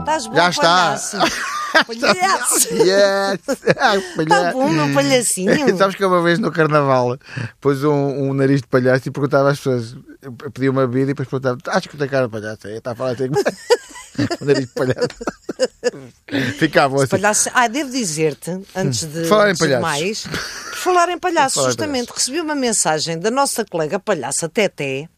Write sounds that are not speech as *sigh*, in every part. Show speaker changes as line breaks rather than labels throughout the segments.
Estás bom,
Já está. *laughs*
palhaço. Palhaço.
Yes!
Está Tá bom, meu palhacinho.
um *laughs* Sabes que eu uma vez no carnaval pus um, um nariz de palhaço e perguntava às pessoas, eu pedi uma bebida e depois perguntava, acho que tem cara de palhaço. Aí está a falar assim,
*laughs*
um nariz de palhaço. Ficavam assim.
Palhaço- Ah, devo dizer-te, antes de,
Falar em
antes de
palhaços.
mais, por falar em palhaço,
Falar em
justamente recebi uma mensagem da nossa colega palhaça Teté,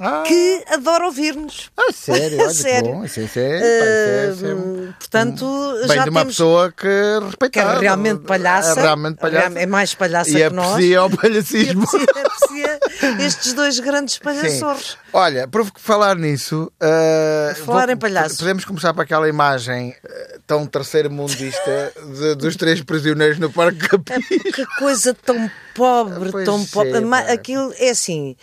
Ah,
que adora ouvir-nos.
ah, sério,
A
olha
sério.
que bom. Isso, isso é, pá, isso é- isso é-
Hum, portanto,
Bem
já
de uma
temos
pessoa que
que
respeitava.
é realmente palhaça.
É realmente palhaça.
É mais palhaça
e
que nós. é
aprecia o um palhacismo.
aprecia é estes dois grandes
Sim.
palhaçores.
Olha, por falar nisso, ah,
Falar em palhaços.
podemos começar para aquela imagem ah, tão
*laughs*
terceiro-mundista de- dos três prisioneiros no Parque Capim.
Que coisa tão pobre,
Pois
tão
é,
pobre. Ma-
pá.
Aquilo é assim.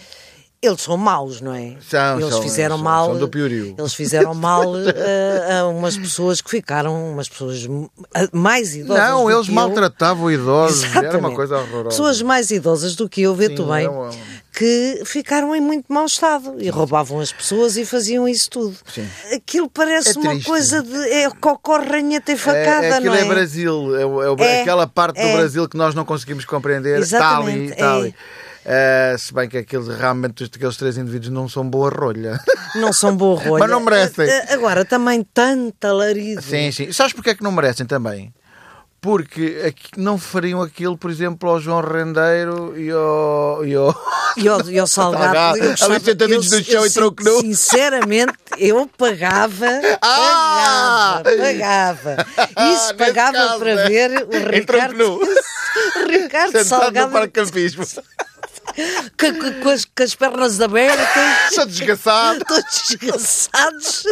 Eles são maus, não é?
São,
eles
são,
fizeram
são,
mal.
são do piorio.
Eles fizeram mal eh, a umas pessoas que ficaram, umas pessoas m- a- mais idosas.
Não,
do
eles
que eu.
maltratavam idosos. Era uma
Exatamente.
coisa horrorosa.
Pessoas mais idosas do que eu, vê-tu
Sim,
bem,
é uma-
que ficaram em muito mau estado e roubavam as pessoas e faziam isso tudo.
Sim.
Aquilo parece
É
uma
triste.
coisa de. É cocó, ranheta e facada,
é, aquilo
não é?
é Brasil, é, o- é o-
É,
aquela parte
é.
do Brasil que nós não conseguimos compreender. Está ali,
Exatamente,
está
é.
ali. Ah, se bem que aqueles, realmente aqueles três indivíduos não são boa rolha. *laughs*
Não são boa rolha.
Mas não merecem.
A- a- eh, Agora, também tanto alarido.
Sim, sim. Sabes porque é que não merecem também? Porque aqui- não fariam aquilo, por exemplo, ao João Rendeiro e ao. *laughs* E ao...
E ao, e ao salgado.
Salgado.
eu gostava-
Tá, Ali sentadinhos
eu-
no chão
eu
e tronco nu.
Sinceramente, eu pagava,
Ah!
pagava, pagava.
Ah,
Isso
nesse
pagava
caso,
para
né?
ver o
Em
Ricardo, *laughs*
tronco
Ricardo
Sentado no
Salgado
parque campismo.
que- que- com, as, com as pernas abertas.
Sou é desgraçado.
Todos desgraçados.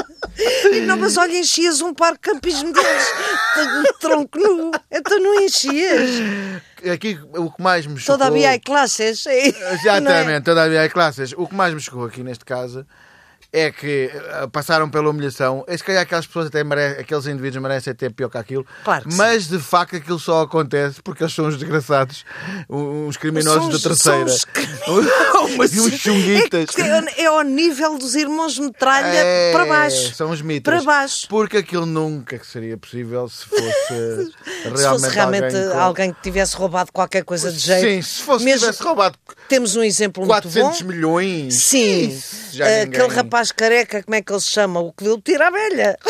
E não, mas olha, enchias um parque de campismo deles. de Tronco nu. Então não enchias.
Aqui o que mais me chocou.
Todavia há classes. é? *laughs*
Exatamente, todavia há classes. O que mais me chocou aqui neste caso é que ah, passaram pela humilhação. E se calhar aquelas pessoas até merecem, aqueles indivíduos merecem até pior que aquilo.
Claro que sim.
mas de facto aquilo só acontece porque eles são os desgraçados, uns criminosos
São os-
da terceira.
são os *laughs*
*laughs* Mas e os chunguitas.
É, que é, é ao nível dos irmãos metralha
É,
para baixo.
São os mitos.
Para baixo.
Porque aquilo nunca que seria possível se fosse realmente,
*laughs* se fosse realmente
alguém
alguém,
com-
que tivesse roubado qualquer coisa de jeito.
Sim, se fosse
Mesmo-
tivesse roubado
Temos um exemplo muito
400
bom.
milhões.
Sim.
Isso, já
Eh,
ninguém-
Aquele rapaz careca, como é que ele se chama? O que deu o tiro à
*laughs*
velha. *laughs*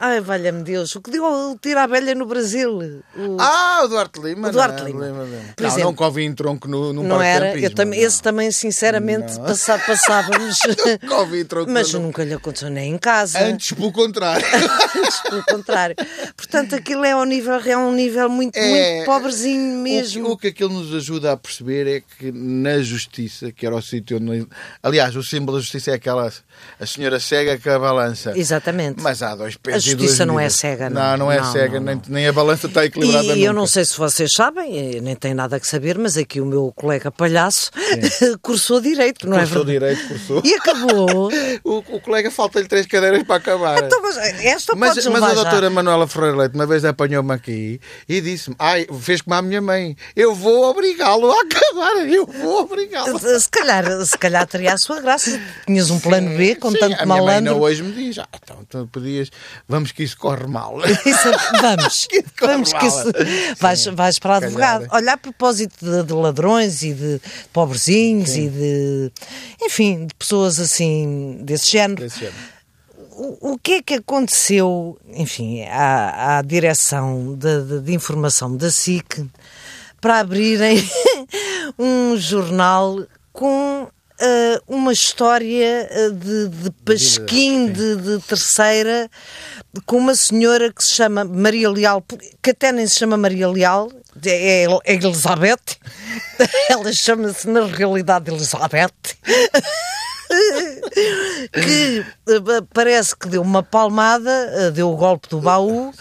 Ai, valha-me Deus. O que deu o tiro à velha no Brasil? O-
Ah, o Duarte Lima.
O Duarte
não é?
Lima.
Lima.
Por
não,
exemplo.
nunca ouvi em tronco no, num
não
parque
era?
de
Eu
campismo,
também,
um não. é?
esse também, sinceramente, passa-
*laughs*
passávamos.
Nunca ouvi em tronco
Mas
nu.
nunca lhe aconteceu nem em casa.
Antes, pelo contrário.
*laughs* Antes, pelo contrário. Portanto, aquilo é, ao nível, é um nível muito, muito pobrezinho
É, O
mesmo.
que, o que aquilo nos ajuda a perceber é que na justiça, que era o sítio onde. Aliás, o símbolo da justiça é aquela. A senhora cega com a balança.
Exatamente.
Mas há dois
A
pesos
justiça
e duas
não é
medidas.
cega, não.
Não, não é
Não,
cega,
não,
Nem, nem a balança está equilibrada.
E eu não
é nunca.
sei se vocês sabem, eh, nem tem nada que saber, mas aqui o meu colega palhaço *laughs* cursou direito, não
Cursou
é verdade?
direito, cursou.
E
*laughs*
acabou.
O, o colega falta-lhe três cadeiras para
*laughs*
acabar.
então, mas esta
Mas,
podes
mas
levar
a
já.
doutora Manuela Ferreira Leite uma vez apanhou-me aqui e disse-me: Ai, fez como a minha mãe, eu vou obrigá-lo a acabar, eu vou obrigá-lo.
Eh, Se calhar, se calhar teria a sua graça. Tinhas um plano B com
Sim,
tanto
a minha mãe
malandro.
não hoje me diz: Ah, então, então podias, vamos que isso corre mal. *laughs*
Isso, vamos, vamos que isso. Vais, vais para advogado. Olha, a propósito de, de ladrões e de pobrezinhos e de. Enfim, de pessoas assim, desse género.
Desse género.
O, o que é que aconteceu, enfim, à, à direção de, de- de informação da SIC para abrirem *laughs* um jornal com. ah, uma história ah, de, de pasquim de, de terceira com uma senhora que se chama Maria Leal, que até nem se chama Maria Leal, é El- é Elizabeth. *laughs* Ela chama-se na realidade Elizabeth que eh, parece que deu uma palmada, eh, deu o golpe do
*laughs*
baú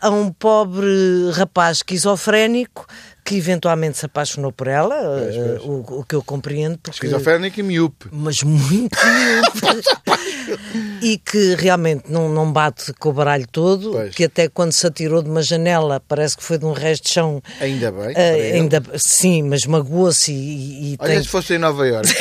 a um pobre rapaz esquizofrénico que eventualmente se apaixonou por ela, eh, O, o que eu compreendo, porque
Esquizofrénico e miúpe.
mas muito miúdo. *laughs* e que realmente não, não bate com o baralho todo,
Pois.
que até quando se atirou de uma janela, parece que foi de um resto de chão.
Ainda bem,
Ah,
para ele.
ainda, sim, mas magoou-se e, e
Olha,
tem *laughs*
se fosse em Nova Iorque.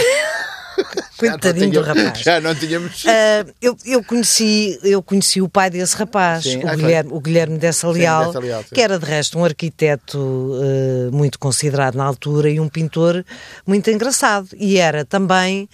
Coitadinho do rapaz.
*laughs* Já não tínhamos.
Ah, eu, eu conheci, eu conheci o pai desse rapaz,
Sim,
o,
ah,
Guilherme, o Guilherme Dessa
Sim,
Leal,
Dessa Leal, sim.
que era de resto um arquiteto eh, muito considerado na altura e um pintor muito engraçado. E era também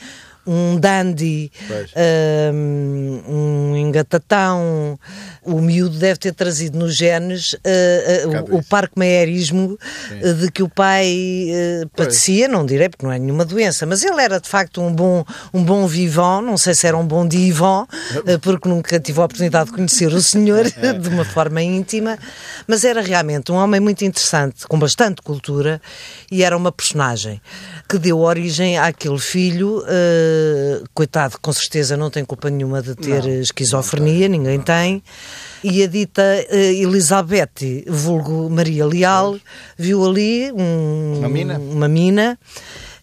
um dandy,
Pois.
eh, um engatatão. O miúdo deve ter trazido nos genes eh, eh,
Bocado
o, o
isso.
parque-maerismo eh, de que o pai eh,
Pois.
padecia, não direi porque não é nenhuma doença, mas ele era de facto um bom, um bom vivant, não sei se era um bom divão, eh, porque nunca tive a oportunidade de conhecer o
*laughs*
senhor
É.
de uma forma íntima, mas era realmente um homem muito interessante, com bastante cultura, e era uma personagem que deu origem àquele filho, eh, coitado, com certeza não tem culpa nenhuma de ter esquizofrenia, ninguém tem, e a dita eh, Elizabeth, vulgo Maria Leal, viu ali um,
Uma mina.
uma mina,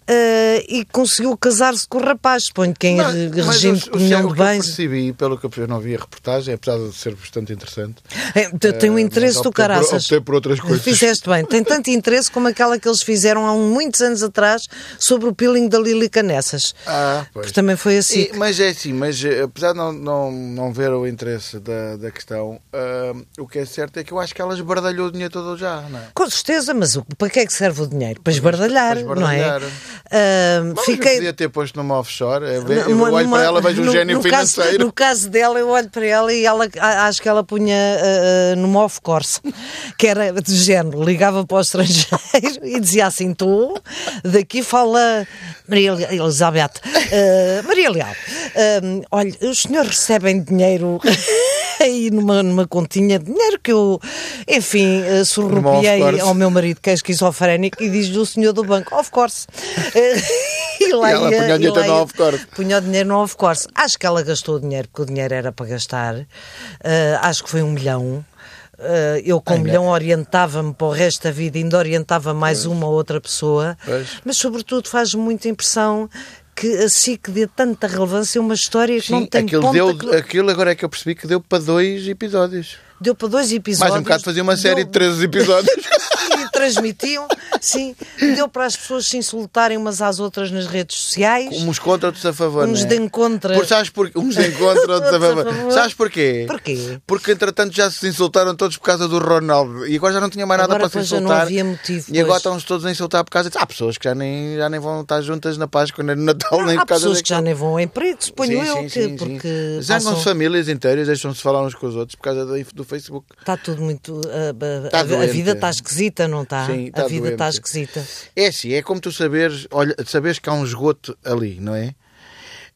eh, e conseguiu casar-se com o rapaz, suponho que Ah, em
Mas-
re-
mas
regime
o-
de
o-
comunhão
o
de
que eu
bens.
percebi, pelo que eu percebi, não vi a reportagem, apesar de ser bastante interessante.
É, eu tenho um
Eh,
interesse
mas
do
optei por-
caraças.
optei por outras coisas.
Fizeste bem. Tem tanto interesse como aquela que eles fizeram há um- muitos anos atrás sobre o peeling da Lili Canessas.
Ah, pois.
Porque também foi assim.
E- mas é assim, mas eh, apesar de não, não, não ver o interesse da, da questão, ah, o que é certo é que eu acho que ela esbardalhou o dinheiro todo já, não é?
Com certeza, mas o- para que é que serve o dinheiro? Para esbardalhar,
para
não é?
esbardalhar.
Ahm,
Mas eu
fiquei.
podia ter posto numa offshore. Eu, ve- eu
numa-
olho
numa-
para ela, vejo um
no-
gênio
no
financeiro.
Caso, no caso dela, eu olho para ela e ela, a- acho que ela punha ah, ah, numa off-course, *laughs* que era de género, ligava para o estrangeiro *laughs* e dizia assim: estou, daqui fala Maria Le- Elizabeth, ah, Maria Leal, ah, olha, os senhores recebem dinheiro. *laughs* Aí numa, numa continha de dinheiro que eu, enfim, ah,
off-course.
surrupiei ao meu marido que é esquizofrénico e diz-lhe o senhor do banco, of course. Ah, *laughs* e lá
E ela
ia-
punha o
e
dinheiro
lá
no
ia-
off-course.
Punha o dinheiro no off-course. Acho que ela gastou o dinheiro, porque o dinheiro era para gastar. Ah, acho que foi um milhão. Ah, eu com um milhão orientava-me para o resto da vida, ainda orientava mais uma ou outra pessoa.
Pois.
Mas, sobretudo, faz muita impressão que a SIC dê tanta relevância a uma história que
Sim,
não tem
aquilo,
ponta
deu,
que-
aquilo agora é que eu percebi que deu para dois episódios.
Deu para dois episódios.
Mais um bocado fazia uma
Deu-
série de
*laughs*
13 episódios.
e transmitiam, sim, deu para as pessoas se insultarem umas às outras nas redes sociais.
Uns contra, outros a favor.
Uns
não é?
de encontra.
Por, sabes por, uns de encontra, outros a
Outros a
favor.
favor.
Sabes porquê?
Porquê?
Porque entretanto já se insultaram todos por causa do Ronaldo e agora já não tinha mais nada
Agora,
para
pois,
se
já não
insultar.
havia motivo,
e agora
pois.
estão-se todos a insultar por causa disso. Há pessoas que já nem, já nem vão estar juntas na Páscoa, nem no Natal, nem
Há
por causa
pessoas
daquilo.
que já nem vão ao emprego, suponho
Sim,
eu,
sim,
que,
sim, sim.
porque
Zangam-se
passam-
famílias inteiras, deixam-se falar uns com os outros por causa do, do Facebook.
está tudo muito. A, a-
Está
a- a
doente.
vida está esquisita, não está?
Sim, está
a vida está
doente.
esquisita.
É assim, é como tu saberes, olha, saberes que há um esgoto ali, não é?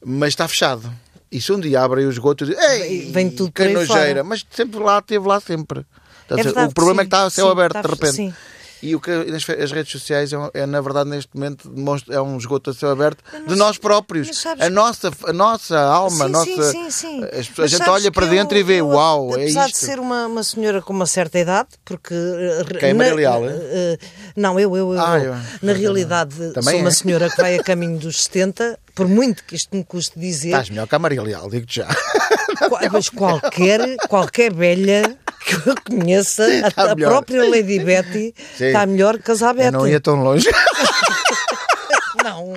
Mas está fechado. E se um dia abrem o esgoto, eu digo, ei,
Vem- vem tudo
que
por aí
nojeira.
fora.
Mas sempre lá, teve lá sempre. Está a dizer,
verdade,
o problema é
sim,
que está a céu
sim,
aberto
está-
de repente.
sim.
E o que nas fe- as redes sociais é, um- é, na verdade neste momento demonstra- é um esgoto a céu aberto de nós
mas
próprios.
sabes-
A nossa, a nossa alma, a
Sim,
nossa.
sim, sim, sim.
uh, as- a
Mas
gente
sabes
olha para
que
dentro
eu-
e vê,
eu,
uau, é
Apesar
isto.
de ser uma, uma senhora com uma certa idade, porque. eh,
Quem,
na-
Maria Leal,
eh,
é?
eh, não, eu, eu, eu.
Ah,
eu.
eu.
Na realidade,
Também
sou
é.
uma senhora que vai a caminho dos 70, por muito que isto me custe dizer.
Estás melhor que a Maria Leal, digo-te já.
Qua- Mas qualquer, qualquer velha que eu conheça,
Está
a, a
melhor.
própria Lady Betty,
Sim.
está melhor que a Zá
Eu
Betty.
não ia tão longe.
*laughs* Não.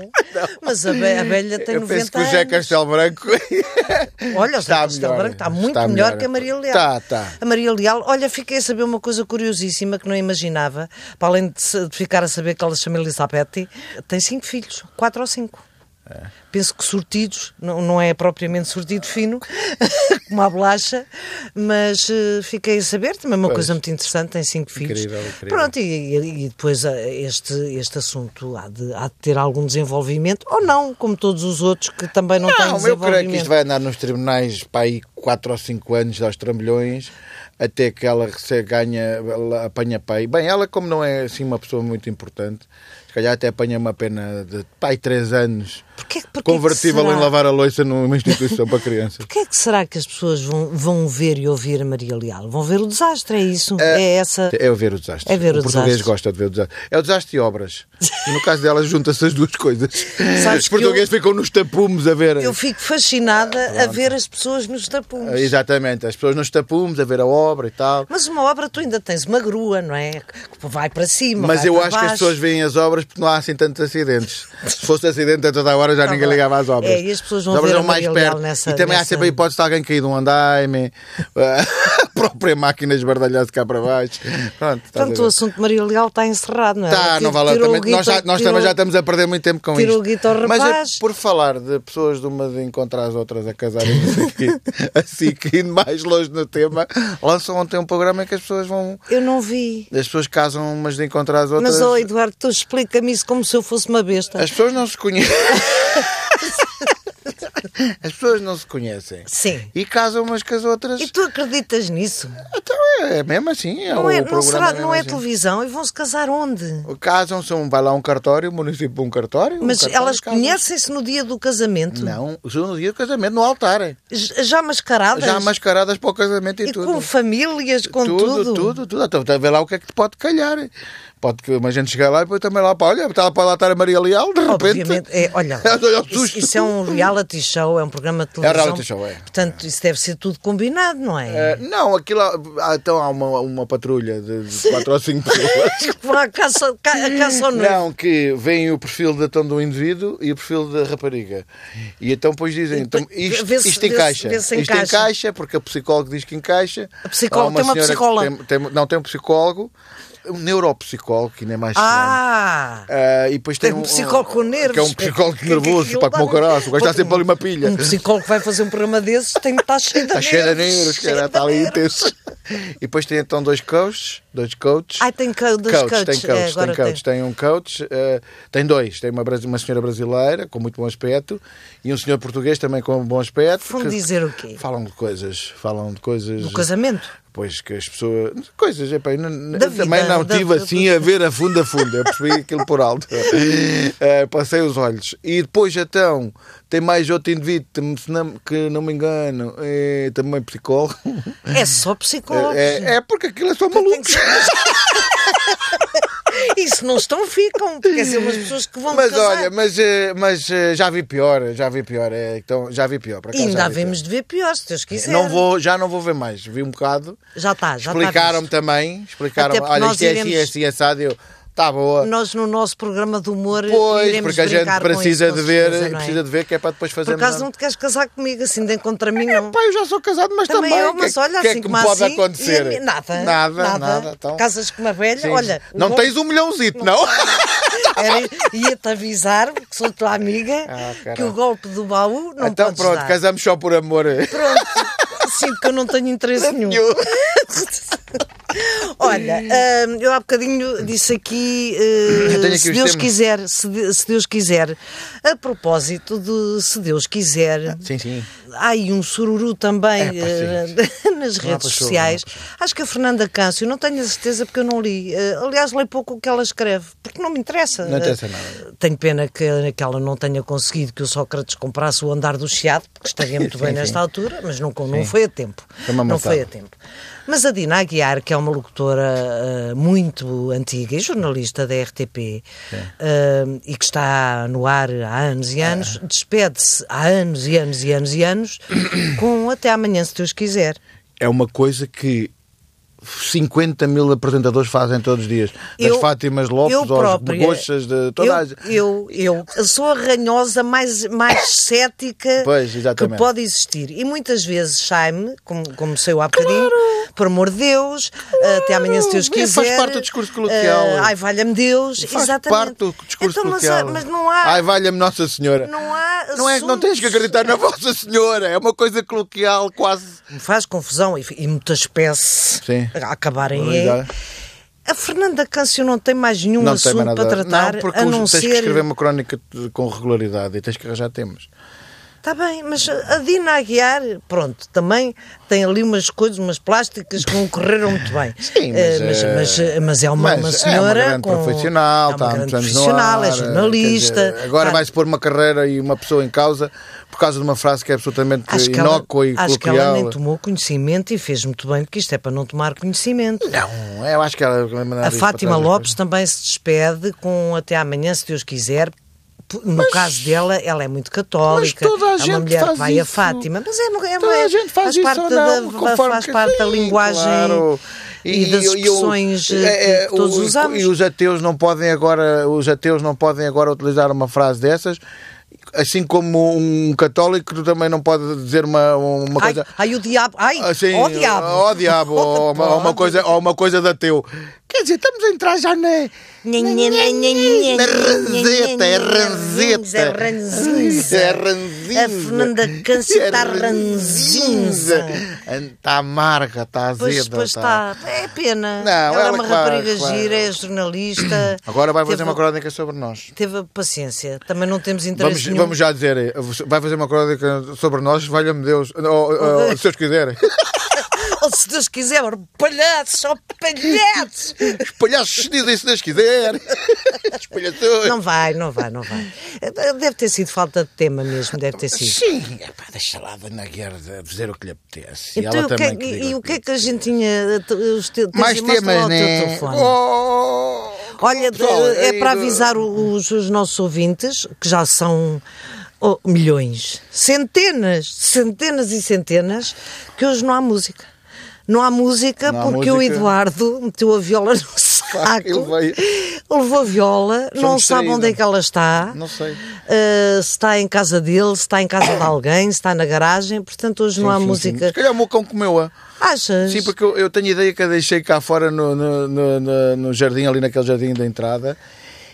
Mas a, ve- a velha tem
Eu
90
penso que o
anos.
José Castelo Branco *laughs*
Olha, o
Está
Zé Castelo
melhor.
Branco está muito
Está
melhor,
melhor. Tá,
que a Maria Leal.
Está, está.
A Maria Leal, olha, fiquei a saber uma coisa curiosíssima que não imaginava, para além de, se- de ficar a saber que ela se chama Elizabeth, tem cinco filhos, quatro ou cinco.
É.
Penso que sortidos, não, não é propriamente sortido fino, *laughs* como a bolacha, mas eh, fiquei a saber também uma
Pois.
coisa muito interessante, tem cinco filhos.
Incrível, incrível.
Pronto, e, e- e depois eh, este, este assunto há de, há de ter algum desenvolvimento, ou não, como todos os outros que também não, têm
Não, eu
desenvolvimento.
creio que isto vai andar nos tribunais para aí 4 ou 5 anos aos trambolhões até que ela recebe, ganha, ela apanha pai. Bem, ela, como não é assim uma pessoa muito importante, se calhar até apanha uma pena de pai 3 anos
Porquê, porquê
convertível
que será?
em lavar a louça numa instituição
*laughs*
para crianças.
Porquê que será que as pessoas vão, vão ver e ouvir a Maria Leal? Vão ver o desastre, é isso? é essa.
É o ver o desastre.
É ver o
português
desastre.
gosta de ver o desastre. É o desastre e obras. E no caso delas junta-se as duas coisas.
*laughs* Sabes
Os
que eu-
portugueses ficam nos tapumes a ver.
Eu fico
É,
fascinada a ver as pessoas nos tapumes.
Exatamente, as pessoas nos tapumes a ver a obra e tal.
Mas uma obra tu ainda tens uma grua, não é? Que Vai para cima.
Mas
vai
eu
para
acho que as
baixo.
pessoas veem as obras porque não há assim tantos acidentes. Se fosse acidente a toda a hora já
estava
ninguém
lá.
ligava às obras.
É, e as pessoas vão
As obras
ver
eram
a
mais
Maria Leal
perto.
nessa-
e também há
nessa-
sempre a hipótese de alguém cair de um andaime, *laughs* a própria máquina esbardalhar-se cá para baixo. Pronto, estás a
Portanto, o
ver.
assunto de Maria Leal está encerrado, não é? Ela
Tá,
ti-
não vale a
tirou o
também, nós, já,
guito-
nós
tirou-
também já estamos a perder muito tempo com
tirou
isto.
o guito ao
Mas é
rapaz.
por falar de pessoas de uma de encontrar as outras a casarem *laughs* não sei o quê, assim que indo mais longe no tema, lançam ontem um programa em que as pessoas vão.
Eu não vi.
As pessoas casam umas de encontrar as outras.
Mas, ó Eduardo, tu explica-me isso como se eu fosse uma besta.
As pessoas não se conhecem. *laughs* As pessoas não se conhecem.
Sim.
E casam umas com as outras.
E tu acreditas nisso?
Então é mesmo assim. É
Não
o
é, não
programa
será,
mesmo
não é
assim.
televisão? E vão-se casar onde?
Casam, são, vai lá um cartório, o município para um cartório. um
Mas
cartório,
elas
casam.
conhecem-se no dia do casamento?
Não, o segundo dia do casamento, no altar.
J- Já mascaradas?
Já mascaradas para o casamento e,
Ah, E
tudo.
com famílias, com
tudo, tudo, tudo, Então, tá a ver lá o que é que te pode calhar. Pode que uma gente chegar lá e depois também lá, pá, olha, está para lá estar a Maria Leal, de repente.
Obviamente, é, olha,
*laughs* É, olha o
isso,
susto.
isso é um reality show, é um programa de
É
televisão.
reality show, é.
Portanto, isso deve ser tudo combinado, não é? *laughs*
Eh, não, aquilo. há- então há uma, uma patrulha de, de quatro
*laughs*
ou cinco pessoas.
Vão à caça, ca, a caça ao noivo.
Não, que veem o perfil de, então, do indivíduo e o perfil da rapariga. E então depois dizem, então, isto,
vê-se-
isto
vê-se-
encaixa.
vê-se
isto
encaixa.
encaixa, porque a psicóloga diz que encaixa.
A psicóloga-
Há
tem uma
senhora que
psicóloga?
tem- tem- não, tem um psicólogo, um neuropsicólogo, que ainda é mais estranho.
Ah!
Ah, e depois tem,
Tem um
um
psicólogo com nervos.
Que é um psicólogo
*laughs* Que- que- que
nervoso,
aquilo
pá, como o
dá-
caralho. O gajo está
Outro-
sempre ali uma pilha.
Um psicólogo que vai fazer um programa desses tem que estar cheio de
Está cheio de
nervos,
aneiros,
cheio de
cara, está ali
nervos.
tá intenso. E depois tem então dois coaches, dois coaches.
Ai, Ah, tem co- dois
Coach,
coaches,
Tem coach,
é,
tem
agora
coach, tem um coach, eh, tem dois, tem uma, brasi- uma senhora brasileira com muito bom aspecto e um senhor português também com um bom aspecto.
Vão
que
dizer o quê?
Falam de coisas, falam de coisas.
No casamento.
Pois que as pessoas. Coisas, epá, eu não-
Da
eu também
vida,
não
da-
tive assim a ver a fundo a fundo, eu percebi aquilo
*laughs*
por alto. Eh, passei os olhos. E depois então tem mais outro indivíduo tem- se não- que não me engano, é também psicólogo.
É só psicólogos.
*laughs* É, é porque aquilo é só
Tem
maluco.
que ser- E se É não estão, ficam. Quer dizer, umas pessoas que vão
Mas
casar.
olha, mas, eh, mas eh, já vi pior, já vi pior, é, então já vi pior.
E
Por acaso,
ainda
já
há
vi
vemos de ver pior, se Deus
pior.
quiser.
Não vou, já não vou ver mais, vi um bocado.
Já está, Ah, já tá está.
explicaram-me também,
Até
explicaram
porque
olha,
nós
isto é assim,
iremos-
é assim, é assado, e eu, tá boa.
Nós, no nosso programa de humor,
Pois,
iremos
porque a gente
brincar com
precisa
isso, com
de ver,
certeza, não é?
precisa de ver que é para depois
Por
fazer
acaso não
melhor.
te queres casar comigo assim, de encontro a mim, não?
Pá, eu já sou casado, mas também,
Também eu, mas
que,
olha, assim
que é que
como
me pode
assim, e a
acontecer?
mim- nada,
nada,
nada.
nada. então.
Casas com uma velha,
Sim.
olha, o
Não
bom-
tens um milhãozito, não?
*laughs* Era- Ia-te avisar, que sou tua amiga,
Ah, caralho.
que o golpe do baú não
então
podes
pronto,
dar.
casamos só por
*laughs*
amor.
Pronto, sinto que eu não tenho interesse nenhum. Olha, hum, eu há bocadinho disse aqui, eh,
Eu tenho aqui
se
os
Deus
temas.
quiser, se, de- se Deus quiser, a propósito de se Deus quiser,
Sim, Ah, sim.
há aí um sururu também
É, pá,
eh, *laughs* nas redes
Não há para chorar,
sociais.
não
Acho que a Fernanda Câncio, não tenho a certeza porque eu não li, eh, aliás, leio pouco o que ela escreve, porque não me interessa.
Não interessa
Eh,
nada.
Tenho pena que, que ela não tenha conseguido que o Sócrates comprasse o andar do Chiado, porque
*laughs*
estaria muito bem
Sim, sim.
nesta altura, mas não, não foi a tempo.
Foi uma
Não
matada.
foi a tempo. Mas a Dina Aguiar, que é uma locutora eh, muito antiga e jornalista da RTP eh, e que está no ar há anos e anos, despede-se há anos e anos e anos e anos *coughs* com até amanhã, se Deus quiser.
É uma coisa que 50 mil apresentadores fazem todos os dias. Das
Eu-
Fátimas Lopes,
eu
aos
própria-
Bochas, de toda a gente.
eu, eu, eu sou a ranhosa mais, mais
*coughs*
cética
Pois, exatamente.
que pode existir. E muitas vezes sai-me, como, como saiu há bocadinho, por amor de Deus, até amanhã se Deus
Bem,
quiser.
faz parte do discurso coloquial.
ah, ai, valha-me Deus.
Faz
exatamente.
parte do discurso
então, mas,
coloquial.
mas não há.
Ai, valha-me Nossa Senhora.
não há
Não, é, não tens que
assuntos.
acreditar na Vossa Senhora. É uma coisa coloquial, quase.
Me faz confusão e, e muita espécie
Sim.
a acabarem
Verdade.
é. A Fernanda Câncio não tem mais nenhum
não tem
Um assunto
mais nada.
para tratar,
não, porque
a
os-
não
tens
ser.
que escrever uma crónica de- com regularidade e tens que arranjar temas.
Está Tá bem, mas a Dina Aguiar, pronto, também tem ali umas coisas, umas plásticas que concorreram muito bem.
*laughs* Sim, mas,
Eh, mas,
eh,
mas, eh, mas é uma,
Mas
uma
é
senhora.
grande
com-
profissional,
é
está
uma
há
grande
muitos anos no
profissional,
ar, eh,
é
quer
jornalista. tá.
dizer, agora
está-
vai-se pôr uma carreira e uma pessoa em causa por causa de uma frase que é absolutamente
Acho que, ela,
inócua e
acho que ela
coloquial.
nem tomou conhecimento e fez muito bem, porque isto é para não tomar conhecimento.
Não, eu acho que ela. mandar
A
isso para
Fátima
trás das
Lopes também se despede com até amanhã, se Deus quiser. P- No caso dela, ela é muito católica.
mas toda a
é uma
gente
mulher que
faz
vai a
isso.
Fátima. Mas é, é
Toda
é-
Então, a gente faz, isso
parte
ou
da,
não,
da-
conforme
faz
que-
parte da
sim,
linguagem
claro.
e, das
eu- eu-
expressões eh,
é, é,
que todos
o-
usamos.
E os ateus não podem agora, os ateus não podem agora utilizar uma frase dessas assim como um católico também não pode dizer uma, uma
Ai,
coisa.
ai, o diabo. Ai,
Assim,
ó diabo. *laughs*
ó diabo, ou uma, ou uma coisa, ou uma coisa de ateu. Quer dizer, estamos a entrar já na.
Nhe, nhe, nhe, nhe, nhe,
Na
nhe,
ranzeta,
nhe,
é
nhe,
ranzeta.
É ranzinza.
É ranzinza. É
A Fernanda Câncio está ranzinza.
Está tá amarga, está azeda.
Pois, pois
tá.
está. É pena.
Não,
ela, é
ela,
uma
claro,
rapariga
claro.
gira, é jornalista.
Agora vai fazer
Teve-
uma crónica sobre nós.
Teve a paciência. Também não temos interesse
Vamos,
nenhum.
vamos já dizer, eh, vai fazer uma crónica sobre nós, valha-me Deus, eh, ou, ou, oh, se Deus quiser. *laughs*
*laughs* Ou se Deus quiser, ora, palhaços, ó palhaços.
Espalhaços dizem se Deus quiser. *laughs* Espalhadores.
Não vai, não vai, não vai. Deve ter sido falta de tema mesmo, deve ter sido.
Sim, epá, deixa lá a Dona Guerra fazer o que lhe apetece.
Então,
ela
o que, é-
também que diga
e o que é
lhe
que a gente tinha? te- Os te, tens-
Mais
mostra lá o
temas,
teu
né?
telefone.
Oh,
Olha,
pessoal,
é, é
aí
para
do-
avisar o- os, os nossos ouvintes, que já são oh, milhões, centenas, centenas e centenas, que hoje não há música. Não há música
Não há
porque o
música.
Eduardo meteu a viola
*laughs*
no saco,
ele veio.
levou a viola, não sabe
distraída.
onde é que ela está.
Não sei.
Uh, se está em casa dele, se está em casa de *coughs* alguém, se está na garagem, portanto hoje não há
Sim, sim,
música.
sim. Se calhar o meu cão comeu-a.
Achas?
Sim, porque eu, eu tenho ideia que a deixei cá fora no, no, no- no- no jardim, ali naquele jardim da entrada,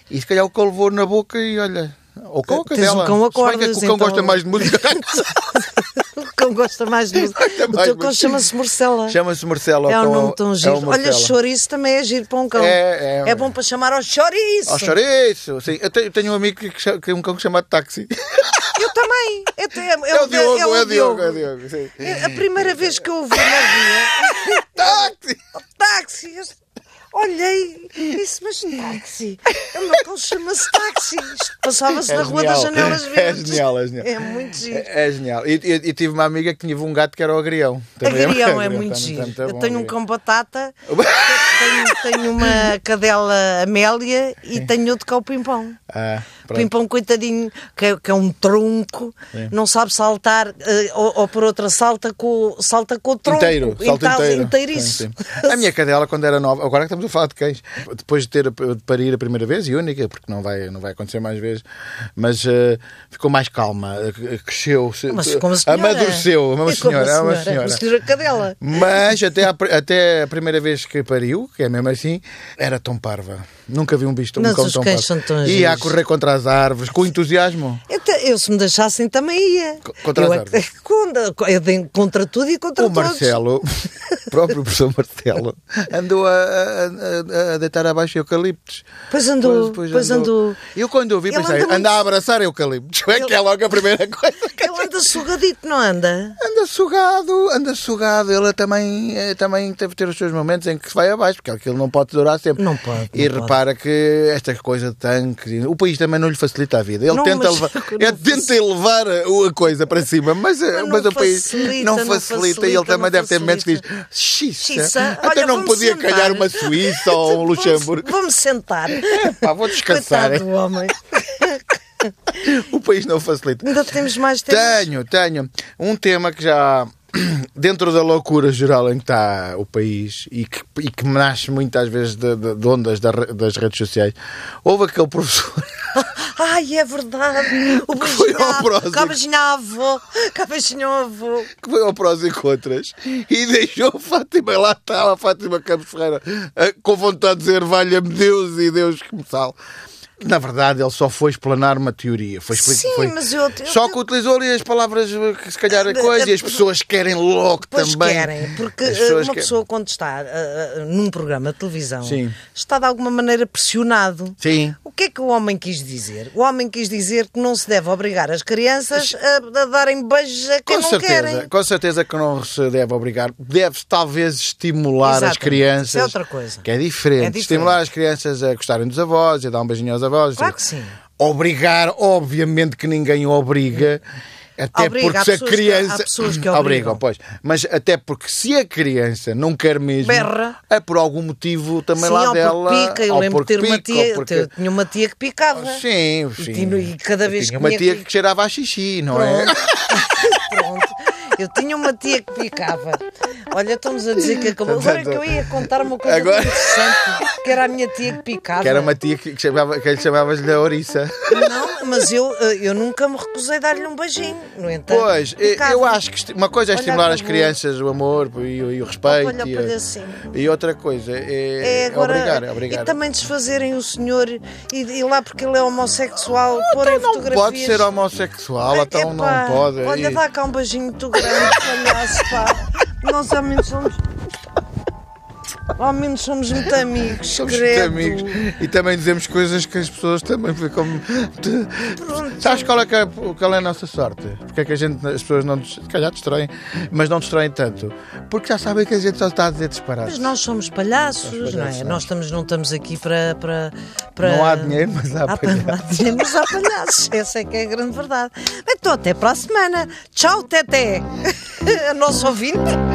e se calhar o cão levou na boca e olha. Ou cão ou
Tens um
cadela.
cão,
Se bem que é que
acordas,
o cão
então.
gosta mais de música.
*laughs* o cão gosta mais de música.
*laughs* Gosta
O
mais
teu
de
cão
música.
chama-se Marcela.
Chama-se Marcelo.
É
o
um
cão
nome
é
tão
o
giro. Olha,
Marcelo.
chouriço também é giro para um cão.
É, é.
bom para chamar ao chouriço.
Ao chouriço. Sim, eu tenho, eu tenho um amigo que, cha- que é um cão chamado táxi.
Eu também. Eu te- eu-
*laughs* É o Diogo,
eu-
é o Diogo, é o
Diogo.
Diogo. sim.
É A primeira vez que eu ouvi na via,
Táxi!
o táxi, eu olhei e disse, mas táxi, o meu cão chama-se táxi. Isto Passava-se
É
na Rua
genial.
das Janelas
*laughs* É
Verdes.
genial, é genial.
É muito giro.
É, é genial. E, e- e tive uma amiga que tinha um gato que era o agrião. Também
Agrião é
agrião, tá
muito
também-
giro.
também- também
Eu tenho um
agrião.
cão batata, tenho, tenho uma cadela Amélia e tenho outro cão Pimpão.
*laughs* Ah, pronto.
Pimpão, coitadinho, que é, que é um tronco, não sabe saltar, eh, ou, ou por outra salta com, salta com o tronco.
Inteiro, salto
Então,
inteiro.
inteiriço.
Sim, sim. A minha cadela, quando era nova, agora que estamos a falar de cães, depois de ter de parir a primeira vez, e única, porque não vai, não vai acontecer mais vezes, mas eh, ficou mais calma, eh, cresceu,
*laughs*
se-
Mas ficou uma senhora.
amadureceu, uma
Ficou
senhora, é uma
Uma
senhora.
senhora cadela.
Mas até, à pr- até a primeira vez que pariu, que é mesmo assim, era tão parva. Nunca vi um bicho tão,
Mas
um cão
os
tão
cães
parvo.
são tão
Ia a
giros.
correr contra as árvores, com entusiasmo.
Então, eu, se me deixassem, também ia.
Co- contra
eu,
as
é que- *laughs* contra, eu dei contra tudo e contra
O
todos.
Marcelo, *laughs* o próprio professor Marcelo, andou a, a- a- a deitar abaixo eucaliptos.
Pois andou, pois andou.
Eu quando ouvi
Ele
pensei,
anda
anda,
muito-
a abraçar eucaliptos. *laughs* É que é logo a primeira coisa que
Ele anda sugadito, não anda?
Anda sugado, anda sugado. Ele também, eh, também teve de ter os seus momentos em que se vai abaixo, porque aquilo não pode durar sempre.
Não pode,
E
não
repara que esta coisa de tanques. e- O país também não lhe facilita a vida. Ele
Não,
tenta,
mas- *laughs*
levar,
não
ele tenta elevar a a coisa para cima, mas, eh,
não
mas o país
facilita,
não
não
facilita. e ele
facilita,
também
não
deve ter momentos que diz:
facilita.
Xiça,
Xiça,
até
olha,
não
vamos
podia
sentar."
calhar uma Suíça ou um Luxemburgo.
*laughs* Vamos sentar.
Pá, vou descansar.
Coitado do homem.
O país não facilita.
Ainda temos mais tempo.
Tenho, tenho. Um tema que já. *clears throat* Dentro da loucura geral em que está o país e que, e que me nasce muitas vezes de, de- de ondas da re- das redes sociais, houve aquele *laughs* professor.
Ai, é verdade. O
Que foi ao
beijinho.
próximo.
Cá beijinho à avô. Cá beijinho ao avô.
que foi ao prós e contras e deixou a Fátima, lá está a Fátima Campos Ferreira, eh, com vontade de dizer valha-me Deus e Deus que me salve. Na verdade, ele só foi explanar uma teoria. Foi, expli-
Sim,
foi-
mas eu- eu-
Só que utilizou ali as palavras eh, que se calhar a
Eh,
coisa e
eh,
as pessoas querem logo
Pois
também.
querem, porque
As
eh,
pessoas
uma
que-
pessoa quando está eh, eh, num programa de televisão
Sim.
está de alguma maneira pressionado.
Sim.
O que é que o homem quis dizer? O homem quis dizer que não se deve obrigar as crianças a, a darem beijos a quem
Com
não
certeza,
querem.
com certeza que não se deve obrigar. Deve-se talvez estimular as
Exatamente.
crianças.
Isso é outra coisa.
Que é diferente.
É diferente.
Estimular as crianças a gostarem dos avós, a dar um beijinho aos avós.
Claro que sim.
Obrigar, obviamente que ninguém obriga. Até
Obriga, há
porque se a
pessoas que-
criança.
há pessoas que obrigam.
pois. Mas até porque se a criança não quer mesmo.
Berra.
É por algum motivo também
Sim,
lá
ou porque
dela.
pica, eu
ou
lembro de
porque
ter uma
pica, ou
tia,
porque-
eu tinha uma tia que picava.
Oh, Sim,
E
sim.
tinha- e cada vez
tinha
que
uma
tinha
tia
que-
que cheirava a xixi, não é?
Pronto. Eu tinha uma tia que picava. Olha, estamos a dizer que acabou. Agora é que eu ia contar uma coisa
Agora-
muito interessante, que era a minha tia que picava.
Que era uma tia que, que, chamava, que lhe chamavas-lhe a Ouriça.
Não, mas eu, eh, eu nunca me recusei a dar-lhe um beijinho, no entanto.
*laughs* Pois, eh,
picava.
eu acho que esti- uma coisa é
Olha,
estimular as
por favor.
crianças o amor e, o- e o respeito.
Olha,
e,
olha
a-
assim.
e outra coisa é,
É
é
agora,
obrigar, é obrigar.
E também desfazerem o senhor e, e lá porque ele é homossexual, porem fotografias.
Ah, então Pode ser homossexual, então
Epá,
não pode.
Olha,
E-
dá cá um beijinho muito grande, palhaço, pá. Nós ao menos somos. Ao menos somos muito
*laughs*
amigos,
Somos muito
credo.
amigos e também dizemos coisas que as pessoas também ficam. *laughs*
Pronto.
Sabes qual é, que é- qual é a nossa sorte? Porque é que a gente, as pessoas não. des- Se calhar destroem, mas não destroem tanto. Porque já sabem que a gente só está a dizer
Mas
disparado.
nós somos palhaços, não é?
palhaços, não é?
Nós estamos, não estamos aqui para. para, para... *laughs*
Não há dinheiro, mas há
Há pa-
palhaço.
Não há dinheiro, mas há palhaços. Essa é que é a *laughs* grande verdade. Então, até para a semana. Tchau, Teté. Nosso ouvinte.